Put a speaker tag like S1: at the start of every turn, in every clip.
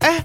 S1: 哎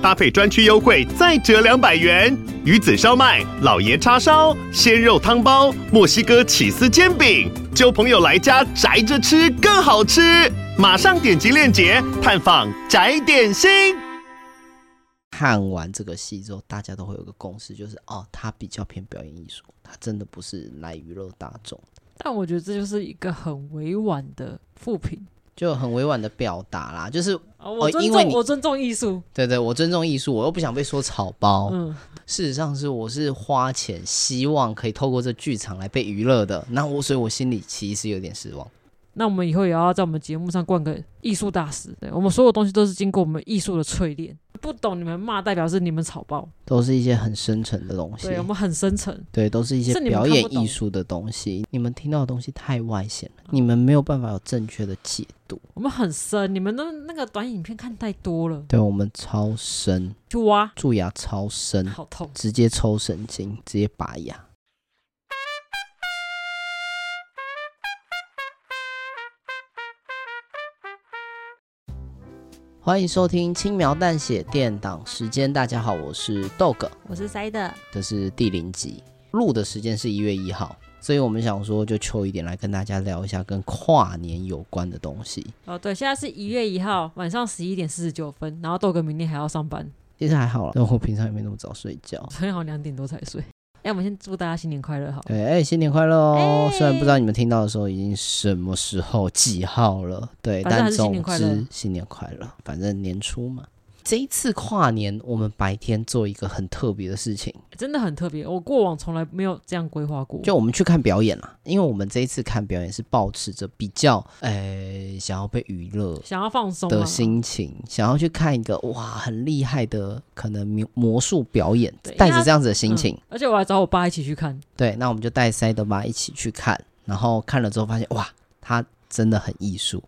S1: 搭配专区优惠再折两百元。鱼子烧麦、老爷叉烧、鲜肉汤包、墨西哥起司煎饼，就朋友来家宅着吃更好吃。马上点击链接探访宅点心。
S2: 看完这个戏之后，大家都会有个共识，就是哦，他比较偏表演艺术，他真的不是来娱乐大众，
S3: 但我觉得这就是一个很委婉的复评
S2: 就很委婉的表达啦。就是
S3: 啊，我
S2: 哦
S3: 尊
S2: 因为
S3: 重，
S2: 你
S3: 我尊重艺术，
S2: 对对，我尊重艺术，我又不想被说草包。
S3: 嗯，
S2: 事实上是我是花钱，希望可以透过这剧场来被娱乐的。那我所以，我心里其实有点失望。
S3: 那我们以后也要在我们节目上冠个艺术大师，对我们所有东西都是经过我们艺术的淬炼，不懂你们骂，代表是你们草包，
S2: 都是一些很深沉的东西
S3: 对，我们很深沉，
S2: 对，都是一些
S3: 是你们
S2: 表
S3: 看
S2: 演
S3: 不懂
S2: 艺术的东西。你们听到的东西太外显
S3: 嗯
S2: 了，你们没有办法有正确的解读。
S3: 我们很深，你们的那个短影片看太多了，
S2: 对我们超深，
S3: 去挖，
S2: 蛀牙超深，
S3: 好痛。
S2: 直接抽神经，直接拔牙。欢迎收听轻描淡写电档时间，大家好，我是豆哥，
S4: 我是塞的，
S2: 这是第零集，录的时间是一月一号，所以我们想说就秋一点来跟大家聊一下跟跨年有关的东西。
S3: 哦，对，现在是一月一号晚上十一点四十九分，然后豆哥明天还要上班，
S2: 其实还好啦，但我平常也没那么早睡觉。
S3: 所以好像两点多才睡。哎，我们先祝大家新年快乐好了，
S2: 对，哎、新年快乐
S3: 哎
S2: 哦！虽然不知道你们听到的时候已经什么时候几号了，对，
S3: 反正还
S2: 但
S3: 是新
S2: 总
S3: 年快
S2: 之
S3: 乐
S2: 新年快乐，反正年初嘛。这一次跨年，我们白天做一个很特别的事情，
S3: 真的很特别，我过往从来没有这样规划过。
S2: 就我们去看表演啦。因为我们这一次看表演是保持着比较，诶、想要被娱乐
S3: 想要放松
S2: 的
S3: 啊
S2: 心情，想要去看一个哇很厉害的可能魔魔术表演
S3: 对，
S2: 带
S3: 因
S2: 着
S3: 为它
S2: 这样子的心情，
S3: 嗯而且我还找我爸一起去看，
S2: 对，那我们就带塞德巴一起去看，然后看了之后发现，哇，他真的很艺术，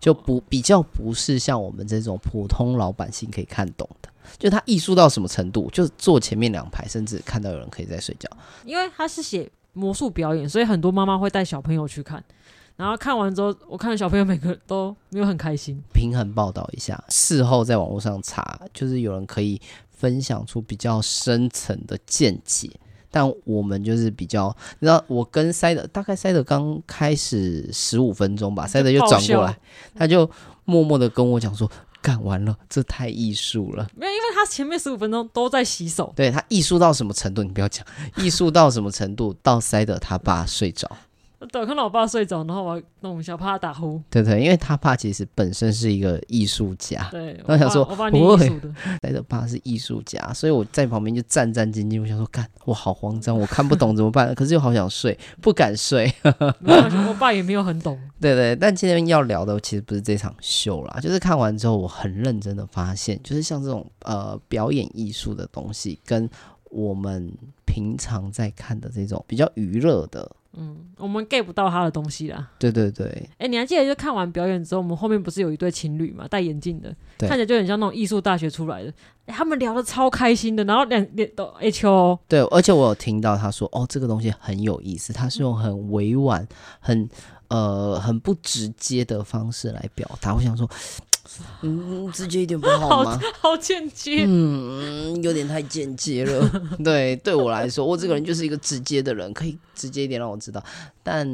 S2: 就不比较不是像我们这种普通老百姓可以看懂的。就他艺术到什么程度，就是坐前面两排，甚至看到有人可以在睡觉。
S3: 因为他是写魔术表演，所以很多妈妈会带小朋友去看。然后看完之后，我看小朋友每个都没有很开心，
S2: 平衡报道一下，事后在网络上查，就是有人可以分享出比较深层的见解。但我们就是比较，你知道，我跟塞德大概塞德刚开始十五分钟吧，塞德就
S3: 爆
S2: 转
S3: 笑
S2: 过来，他就默默的跟我讲说：“干完了，这太艺术了。
S3: 没有，因为他前面十五分钟都在洗手，
S2: 对”他艺术到什么程度？你不要讲，艺术到什么程度？到塞德他爸睡着。
S3: 对，我看到我爸睡着，然后我还弄一下，怕他打呼。
S2: 对对，因为他爸其实本身是一个艺术家，
S3: 对，
S2: 然后想
S3: 爸
S2: 说
S3: 我爸
S2: 不
S3: 念艺
S2: 会
S3: 术的，
S2: 塞德爸是艺术家，所以我在旁边就战战兢兢。我想说，干，我好慌张，我看不懂怎么办？可是又好想睡，不敢睡。
S3: 没关系，我爸也没有很懂。
S2: 对对，但今天要聊的其实不是这场秀啦，就是看完之后，我很认真的发现，就是像这种呃表演艺术的东西，跟我们平常在看的这种比较娱乐的，
S3: 嗯，我们 get 不到他的东西啦。
S2: 对对对，
S3: 哎、你还记得就看完表演之后，我们后面不是有一对情侣嘛，戴眼镜的，
S2: 对
S3: 看起来就很像那种艺术大学出来的。诶他们聊的超开心的，然后两两都哎 H O，
S2: 对，而且我有听到他说，哦，这个东西很有意思，他是用很委婉、很呃很不直接的方式来表达。我想说，嗯，直接一点不好吗？
S3: 好间接。
S2: 嗯，有点太间接了。对，对我来说，我这个人就是一个直接的人，可以直接一点让我知道。但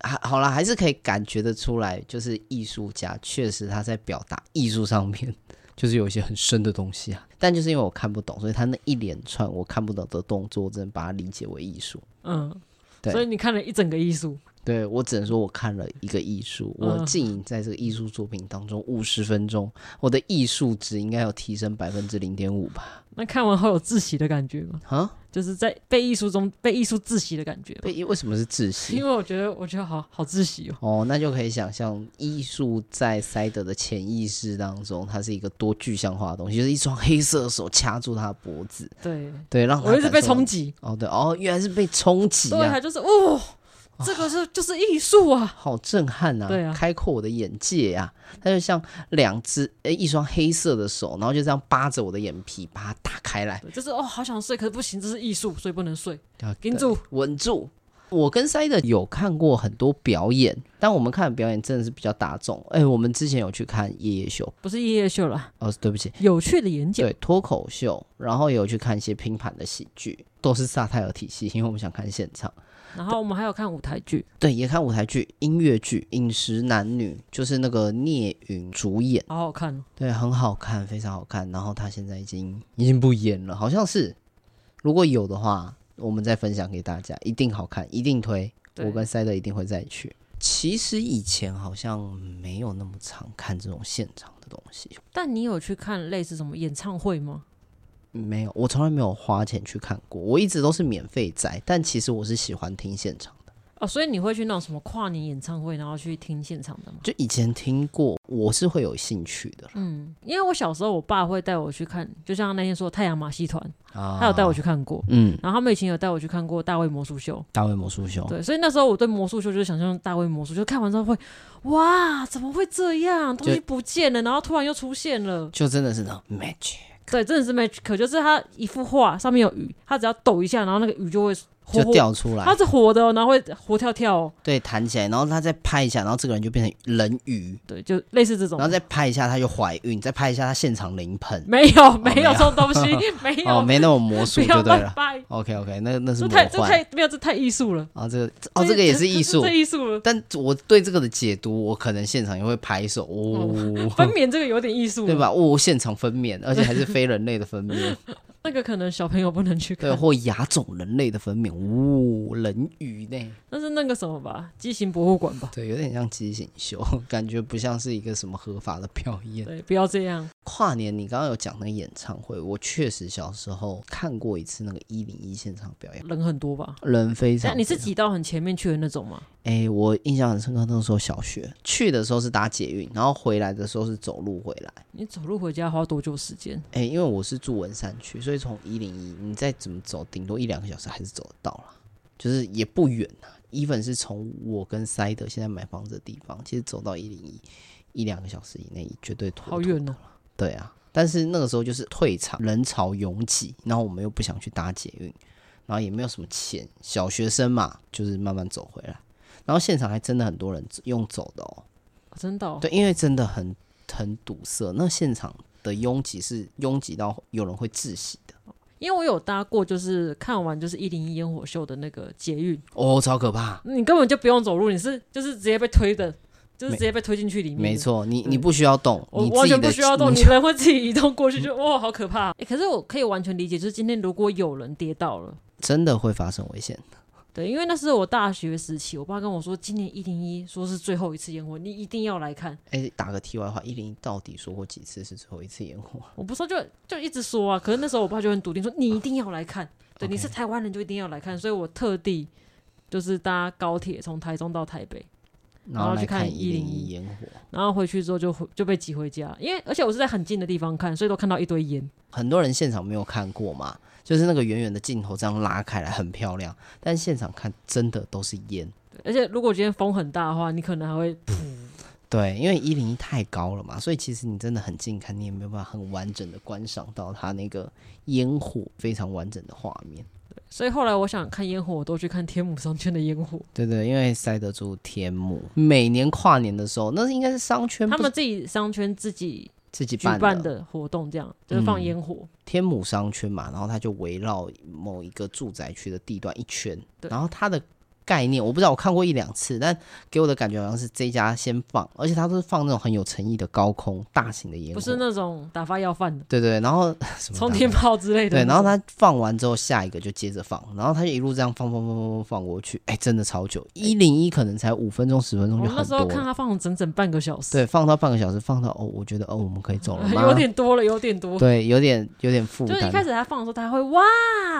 S2: 还好啦，还是可以感觉得出来，就是艺术家确实他在表达艺术上面，就是有一些很深的东西啊。但就是因为我看不懂，所以他那一连串我看不懂的动作，我只能把它理解为艺术。
S3: 嗯，
S2: 对
S3: 所以你看了一整个艺术，
S2: 对我只能说，我看了一个艺术，我
S3: 嗯
S2: 浸淫在这个艺术作品当中五十分钟，我的艺术值应该有提升百分之零点五吧？
S3: 那看完后有窒息的感觉吗？
S2: 啊，
S3: 就是在被艺术中被艺术窒息的感觉吗。
S2: 被为什么是窒息
S3: 因？为我觉得，我觉得好好窒息哦。
S2: 哦，那就可以想象，艺术在塞德的潜意识当中，它是一个多具象化的东西，就是一双黑色的手掐住他的脖子，
S3: 对，
S2: 对，让他
S3: 我一直被
S2: 哦感受到
S3: 冲。击。
S2: 哦，对，哦，原来是被冲击
S3: 对，
S2: 啊
S3: 他！就是哦，这个是就是艺术啊。
S2: 好震撼啊！
S3: 对啊
S2: 开阔我的眼界呀、啊！它就像两只诶一双黑色的手，然后就这样扒着我的眼皮，把它打开来，
S3: 对，就是哦，好想睡，可是不行，这是艺术，所以不能睡。
S2: 要
S3: 顶住，
S2: 稳住。我跟塞德有看过很多表演，但我们看的表演真的是比较大众。哎，我们之前有去看夜夜秀，
S3: 不是夜夜秀啦，
S2: 哦，对不起，
S3: 有趣的演讲。
S2: 对脱口秀，然后也有去看一些拼盘的喜剧，都是萨泰尔体系，因为我们想看现场。
S3: 然后我们还有看舞台剧，
S2: 对，也看舞台剧、音乐剧、饮食男女，就是那个聂云主演。
S3: 好好看哦。
S2: 对，很好看，非常好看。然后他现在已经已经不演了，好像是。如果有的话，我们再分享给大家，一定好看，一定推。
S3: 对
S2: 我跟塞德一定会再去。其实以前好像没有那么常看这种现场的东西，
S3: 但你有去看类似什么演唱会吗？
S2: 没有，我从来没有花钱去看过，我一直都是免费仔。但其实我是喜欢听现场的，
S3: 哦，所以你会去那种什么跨年演唱会，然后去听现场的吗？
S2: 就以前听过，我是会有兴趣的
S3: 嗯，因为我小时候我爸会带我去看，就像那天说太阳马戏团，
S2: 啊。
S3: 他有带我去看过。
S2: 嗯，
S3: 然后他们以前有带我去看过大卫魔术秀，
S2: 大卫魔术秀，
S3: 对，所以那时候我对魔术秀就是想象大卫魔术秀，看完之后会，哇，怎么会这样？东西
S2: 就
S3: 不见了，然后突然又出现了，
S2: 就真的是那 magic。
S3: 对，真的是 magic，就是他一幅画上面有雨，他只要抖一下，然后那个雨就会活
S2: 就
S3: 活，
S2: 掉出来，
S3: 它是活的、哦，然后会活跳跳、哦，
S2: 对，弹起来，然后他再拍一下，然后这个人就变成人鱼，
S3: 对，就类似这种
S2: 然后。再拍一下他就怀孕，再拍一下他现场临盆，
S3: 没有，没
S2: 哦没有
S3: 有这种 东西，没有，
S2: 哦，没那么魔
S3: 不
S2: 术
S3: 要
S2: 就对
S3: 乱
S2: 了。
S3: 掰，
S2: OK OK，那那是
S3: 这
S2: 魔
S3: 太这
S2: 幻
S3: 太没有，这太艺术了。
S2: 啊，这个哦，这个也是艺术
S3: 这，艺术 了。
S2: 但我对这个的解读，我可能现场也会拍手，哦，
S3: 分娩这个有点艺术，
S2: 对？吧？哦，现场分娩，而且 还是非人类的分娩，
S3: 那个可能小朋友不能去
S2: 对，
S3: 看，
S2: 或亚种人类的分娩，哦，人鱼呢？
S3: 但是那个什么吧，畸形博物馆吧，
S2: 对，有点像畸形秀， 感觉不像是一个什么合法的表演。
S3: 对，不要这样。
S2: 跨年，你刚刚有讲那个演唱会，我确实小时候看过一次那个一零一现场表演，
S3: 人很多吧？
S2: 人非
S3: 但
S2: 常。
S3: 你是？挤到很前面去的那种吗？
S2: 哎、我印象很深刻，那时候小学去的时候是搭捷运，然后回来的时候是走路回来。
S3: 你走路回家花多久时间？
S2: 哎、因为我是住文山区，所以从一零一你再怎么走，顶多一两个小时还是走得到啦，就是也不远啊。even 是从我跟塞德现在买房子的地方，其实走到一零一，一两个小时以内绝对妥
S3: 好远哦、
S2: 对啊，但是那个时候就是退场，人潮拥挤，然后我们又不想去搭捷运，然后也没有什么钱，小学生嘛，就是慢慢走回来。然后现场还真的很多人用走的哦，
S3: 真的、哦。
S2: 对，因为真的很很堵塞，那现场的拥挤是拥挤到有人会窒息的，
S3: 因为我有搭过，就是看完就是一零一烟火秀的那个捷运，
S2: 哦，超可怕。
S3: 你根本就不用走路，你是就是直接被推的，就是直接被推进去里面的。
S2: 没错，你
S3: 对
S2: 你不需要动，
S3: 我
S2: 你
S3: 完
S2: 自己
S3: 全不
S2: 的
S3: 需要动，
S2: 你
S3: 你
S2: 就
S3: 人会自己移动过去就，哇，好可怕、欸可是我可以完全理解，就是今天如果有人跌倒了，
S2: 真的会发生危险。
S3: 对，因为那是我大学时期，我爸跟我说，今年一零一说是最后一次烟火，你一定要来看。
S2: 哎，打个题外话，一零一到底说过几次是最后一次烟火？
S3: 我不是就就一直说啊，可是那时候我爸就很笃定说，你一定要来看，对，
S2: OK
S3: 你是台湾人就一定要来看，所以我特地就是搭高铁从台中到台北，然
S2: 然
S3: 后
S2: 后
S3: 去
S2: 来
S3: 看
S2: 看一零
S3: 101
S2: 一烟火，
S3: 然后回去之后就回就被挤回家，因为而且我是在很近的地方看，所以都看到一堆烟。
S2: 很多人现场没有看过嘛，就是那个远远的镜头这样拉开来很漂亮，但现场看真的都是烟。
S3: 对而且如果今天风很大的话，你可能还会
S2: 对，因为一零一太高了嘛，所以其实你真的很近看，你也没有办法很完整的观赏到它那个烟火非常完整的画面。
S3: 所以后来我想看烟火，我都去看天母商圈的烟火，
S2: 对对，因为塞得住天幕，每年跨年的时候，那是应该是商圈
S3: 他
S2: 不
S3: 们自己商圈自己
S2: 自己
S3: 举
S2: 办
S3: 办的活动，这样就是放烟火。
S2: 天母商圈嘛，然后它就围绕某一个住宅区的地段一圈，
S3: 对
S2: 然后它的概念我不知道，我看过一两次，但给我的感觉好像是这家先放，而且它都是放那种很有诚意的高空大型的烟火，
S3: 不是那种打发要饭的
S2: 对对，然后 什么
S3: 冲
S2: 大
S3: 天炮之类的
S2: 对，
S3: 那种。
S2: 然后它放完之后，下一个就接着放，然后它就一路这样放放放放放放过去，哎，真的超久，一零一可能才五分钟十分钟就
S3: 我们那
S2: 很
S3: 时
S2: 多
S3: 候看
S2: 了，
S3: 他放了整整半个小时，
S2: 对，放到半个小时，放到哦，我觉得哦，我们可以走了吗？
S3: 有点多了，有点多。
S2: 对，有点有点负
S3: 就是一
S2: 担
S3: 开，始他放的时候，他会哇，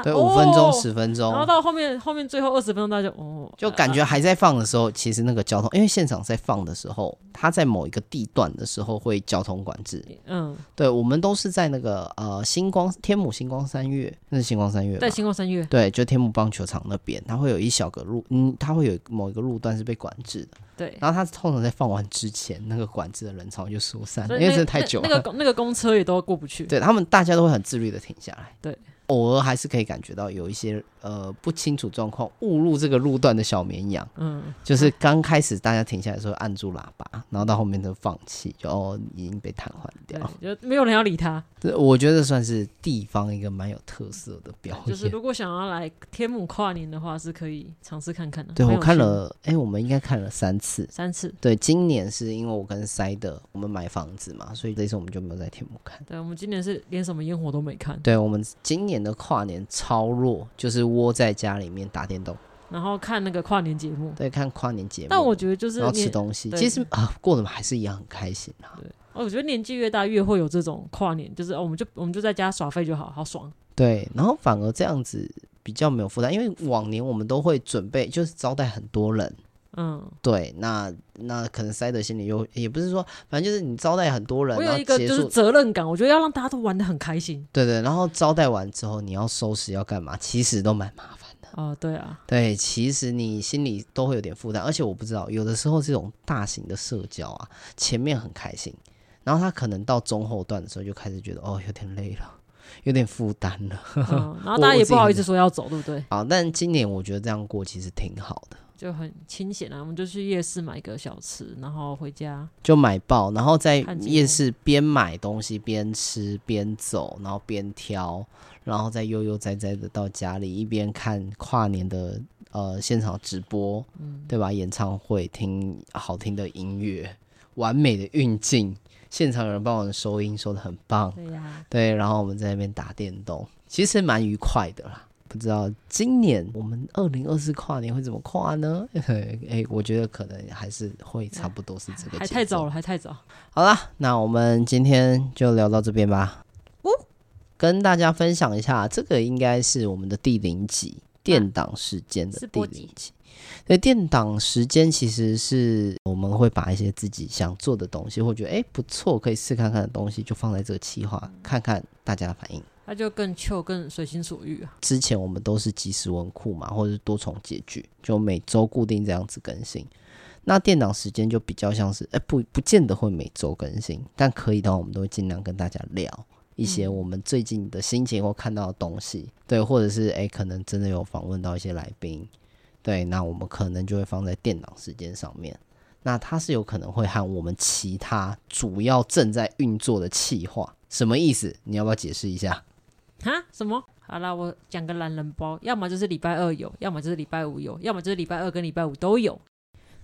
S2: 对，
S3: 哦
S2: 五分钟十分钟，
S3: 然后到后面后面最后二十分钟，大家就哦哦，
S2: 就感觉还在放的时候，其实那个交通，因为现场在放的时候，它在某一个地段的时候会交通管制。
S3: 嗯，
S2: 对，我们都是在那个呃星光天母星光三月，那是星光三月吧
S3: 在星光三月，
S2: 对，就天母棒球场那边，它会有一小个路，嗯，它会有某一个路段是被管制的。
S3: 对，
S2: 然后它通常在放完之前，那个管制的人潮就疏散了，
S3: 所以
S2: 因为
S3: 那
S2: 真的太久了。
S3: 那那个公那个公车也都过不去，
S2: 对他们大家都会很自律的停下来。
S3: 对，
S2: 偶尔还是可以感觉到有一些呃不清楚状况误入这个路段的小绵羊，
S3: 嗯，
S2: 就是刚开始大家停下来的时候按住喇叭，然后到后面都放弃，就哦已经被瘫痪
S3: 对
S2: 掉。，
S3: 就没有人要理他。
S2: 这我觉得算是地方一个蛮有特色的表
S3: 就是
S2: 演。
S3: 如果想要来天母跨年的话，是可以尝试看看的。
S2: 对
S3: 蛮
S2: 我
S3: 有
S2: 看
S3: 趣的
S2: 了，哎，我们应该看了三次。
S3: 三次。
S2: 对，今年是因为我跟塞的我们买房子嘛，所以这一次我们就没有在天母看。
S3: 对，我们今年是连什么烟火都没看，
S2: 对我们今年的跨年超弱，就是窝在家里面打电动，
S3: 然后看那个跨年节目。
S2: 对，看跨年节目。
S3: 但我觉得就是
S2: 然后吃
S3: 年，
S2: 东西，
S3: 对
S2: 其实啊，过得还是一样很开心啊。
S3: 哦我觉得年纪越大越会有这种跨年，就是、哦、我们就我们就在家耍废就好，好爽。
S2: 对，然后反而这样子比较没有负担，因为往年我们都会准备，就是招待很多人。
S3: 嗯，
S2: 对，那那可能塞德心里又也不是说，反正就是你招待很多人，
S3: 我
S2: 然
S3: 有
S2: 后
S3: 一个
S2: 结
S3: 就是
S2: 束，
S3: 责任感，我觉得要让大家都玩的很开心。
S2: 对对，然后招待完之后你要收拾要干嘛，其实都蛮麻烦的。
S3: 哦，对 啊，
S2: 对，其实你心里都会有点负担，而且我不知道，有的时候这种大型的社交啊，前面很开心，然后他可能到中后段的时候就开始觉得哦，有点累了，有点负担了。
S3: 嗯，然后
S2: 我
S3: 大家也
S2: 我自己
S3: 不好
S2: 很
S3: 意思说要走，对不对？
S2: 好，但今年我觉得这样过其实挺好的，
S3: 就很清闲啊，我们就去夜市买个小吃，然后回家。
S2: 就买爆，然后在
S3: 看节
S2: 夜
S3: 目
S2: 市边买东西边吃边走，然后边挑，然后再悠悠哉哉的到家里，一边看跨年的呃现场直播，
S3: 嗯
S2: 对吧？演唱会听好听的音乐，完美的运镜，现场有人帮我们收音，收的很棒，
S3: 对呀、
S2: 对，然后我们在那边打电动，其实蛮愉快的啦。不知道今年我们二零二四跨年会怎么跨呢？ 哎、我觉得可能还是会差不多是这个。
S3: 还太早。了，还太早。
S2: 好啦，那我们今天就聊到这边吧。
S3: 哦
S2: 跟大家分享一下，这个应该是我们的第零集电档时间的
S3: 是
S2: 第
S3: 播
S2: 零
S3: 集
S2: 集。对，电档时间其实是我们会把一些自己想做的东西，或觉得哎不错可以试看看的东西，就放在这个企划，看看大家的反应。
S3: 他就更 chill，更随心所欲啊。
S2: 之前我们都是即时文库嘛，或者是多重结局，就每周固定这样子更新。那电脑时间就比较像是，哎、不不见得会每周更新，但可以的话，我们都会尽量跟大家聊一些
S3: 嗯
S2: 我们最近的心情或看到的东西，对，或者是哎、可能真的有访问到一些来宾，对，那我们可能就会放在电脑时间上面。那它是有可能会和我们其他主要正在运作的企划，什么意思？你要不要解释一下？
S3: 哈？什么？好啦，我讲个懒人包，要么就是礼拜二有，要么就是礼拜五有，要么就是礼拜二跟礼拜五都有。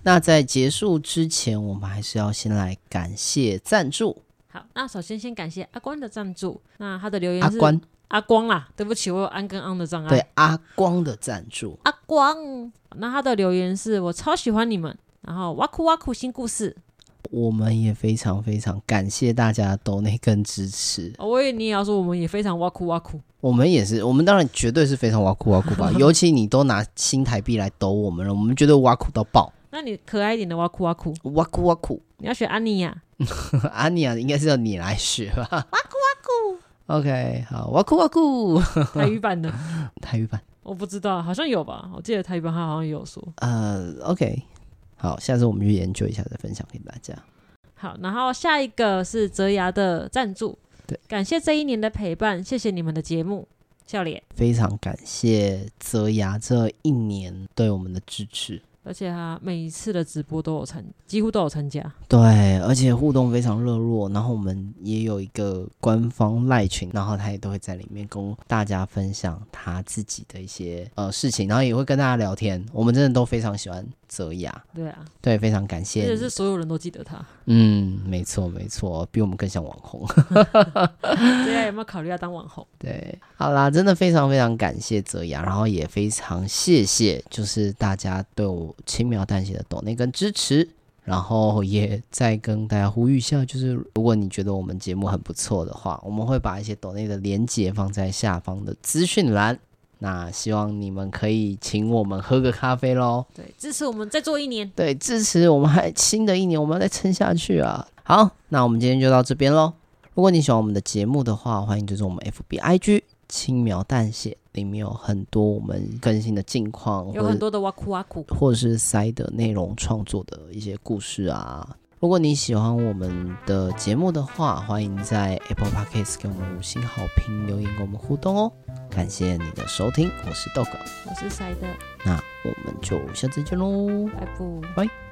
S2: 那在结束之前，我们还是要先来感谢赞助
S3: 好，那首先先感谢阿关的赞助，那他的留言
S2: 阿
S3: 是啊
S2: 关，
S3: 阿光啦，对不起，我有安跟昂的障碍。
S2: 对阿光的赞助。
S3: 阿光，那他的留言是我超喜欢你们，然后哇酷哇酷新故事，
S2: 我们也非常非常感谢大家的抖内跟支持，
S3: 哦，我以为你也要说我们也非常哇酷哇酷，
S2: 我们也是，我们当然绝对是非常挖苦挖苦吧，尤其你都拿新台币来抖我们了，我们绝对挖苦到爆，
S3: 那你可爱一点的哇酷哇酷，
S2: 挖苦挖苦。
S3: 你要学安妮呀、
S2: 阿尼亚应该是要你来学吧， 挖苦挖苦。OK，好，挖苦挖苦，
S3: 台语版的，
S2: 台语版。
S3: 我不知道，好像有吧，我记得台语版他好像也有说。
S2: 呃，OK，好，下次我们去研究一下再分享给大家。
S3: 好，然后下一个是泽牙的赞助，
S2: 对，
S3: 感谢这一年的陪伴，谢谢你们的节目，笑脸，
S2: 非常感谢泽牙这一年对我们的支持，
S3: 而且他每一次的直播都有参，几乎都有参加，
S2: 对，而且互动非常热络。然后我们也有一个官方赖群，然后他也都会在里面跟大家分享他自己的一些呃事情，然后也会跟大家聊天。我们真的都非常喜欢泽牙，
S3: 对啊，
S2: 对，非常感
S3: 而
S2: 谢
S3: 且
S2: 你。
S3: 是所有人都记得 他。
S2: 嗯，没错没错，比我们更像网红。
S3: 泽牙有没有考虑要当网红？
S2: 对，好啦，真的非常非常感谢泽雅，然后也非常谢谢，就是大家对我轻描淡写的懂内跟支持。然后也再跟大家呼吁一下，就是如果你觉得我们节目很不错的话，我们会把一些抖内的连接放在下方的资讯栏，那希望你们可以请我们喝个咖啡喽。
S3: 对，支持我们再做一年。
S2: 对，支持我们还新的一年，我们要再撑下去啊！好，那我们今天就到这边喽。如果你喜欢我们的节目的话，欢迎追踪我们 FB、IG 轻描淡写，里面有很多我们更新的近况，
S3: 有
S2: 或
S3: 很
S2: 者
S3: 多的哇酷哇酷，
S2: 或者是塞的内容创作的一些故事啊。如果你喜欢我们的节目的话，欢迎在 Apple Podcast 给我们五星好评，留言跟我们互动哦。感谢你的收听，我是豆狗，
S3: 我是塞的，
S2: 那我们就下次见喽，
S3: 拜拜。
S2: 拜。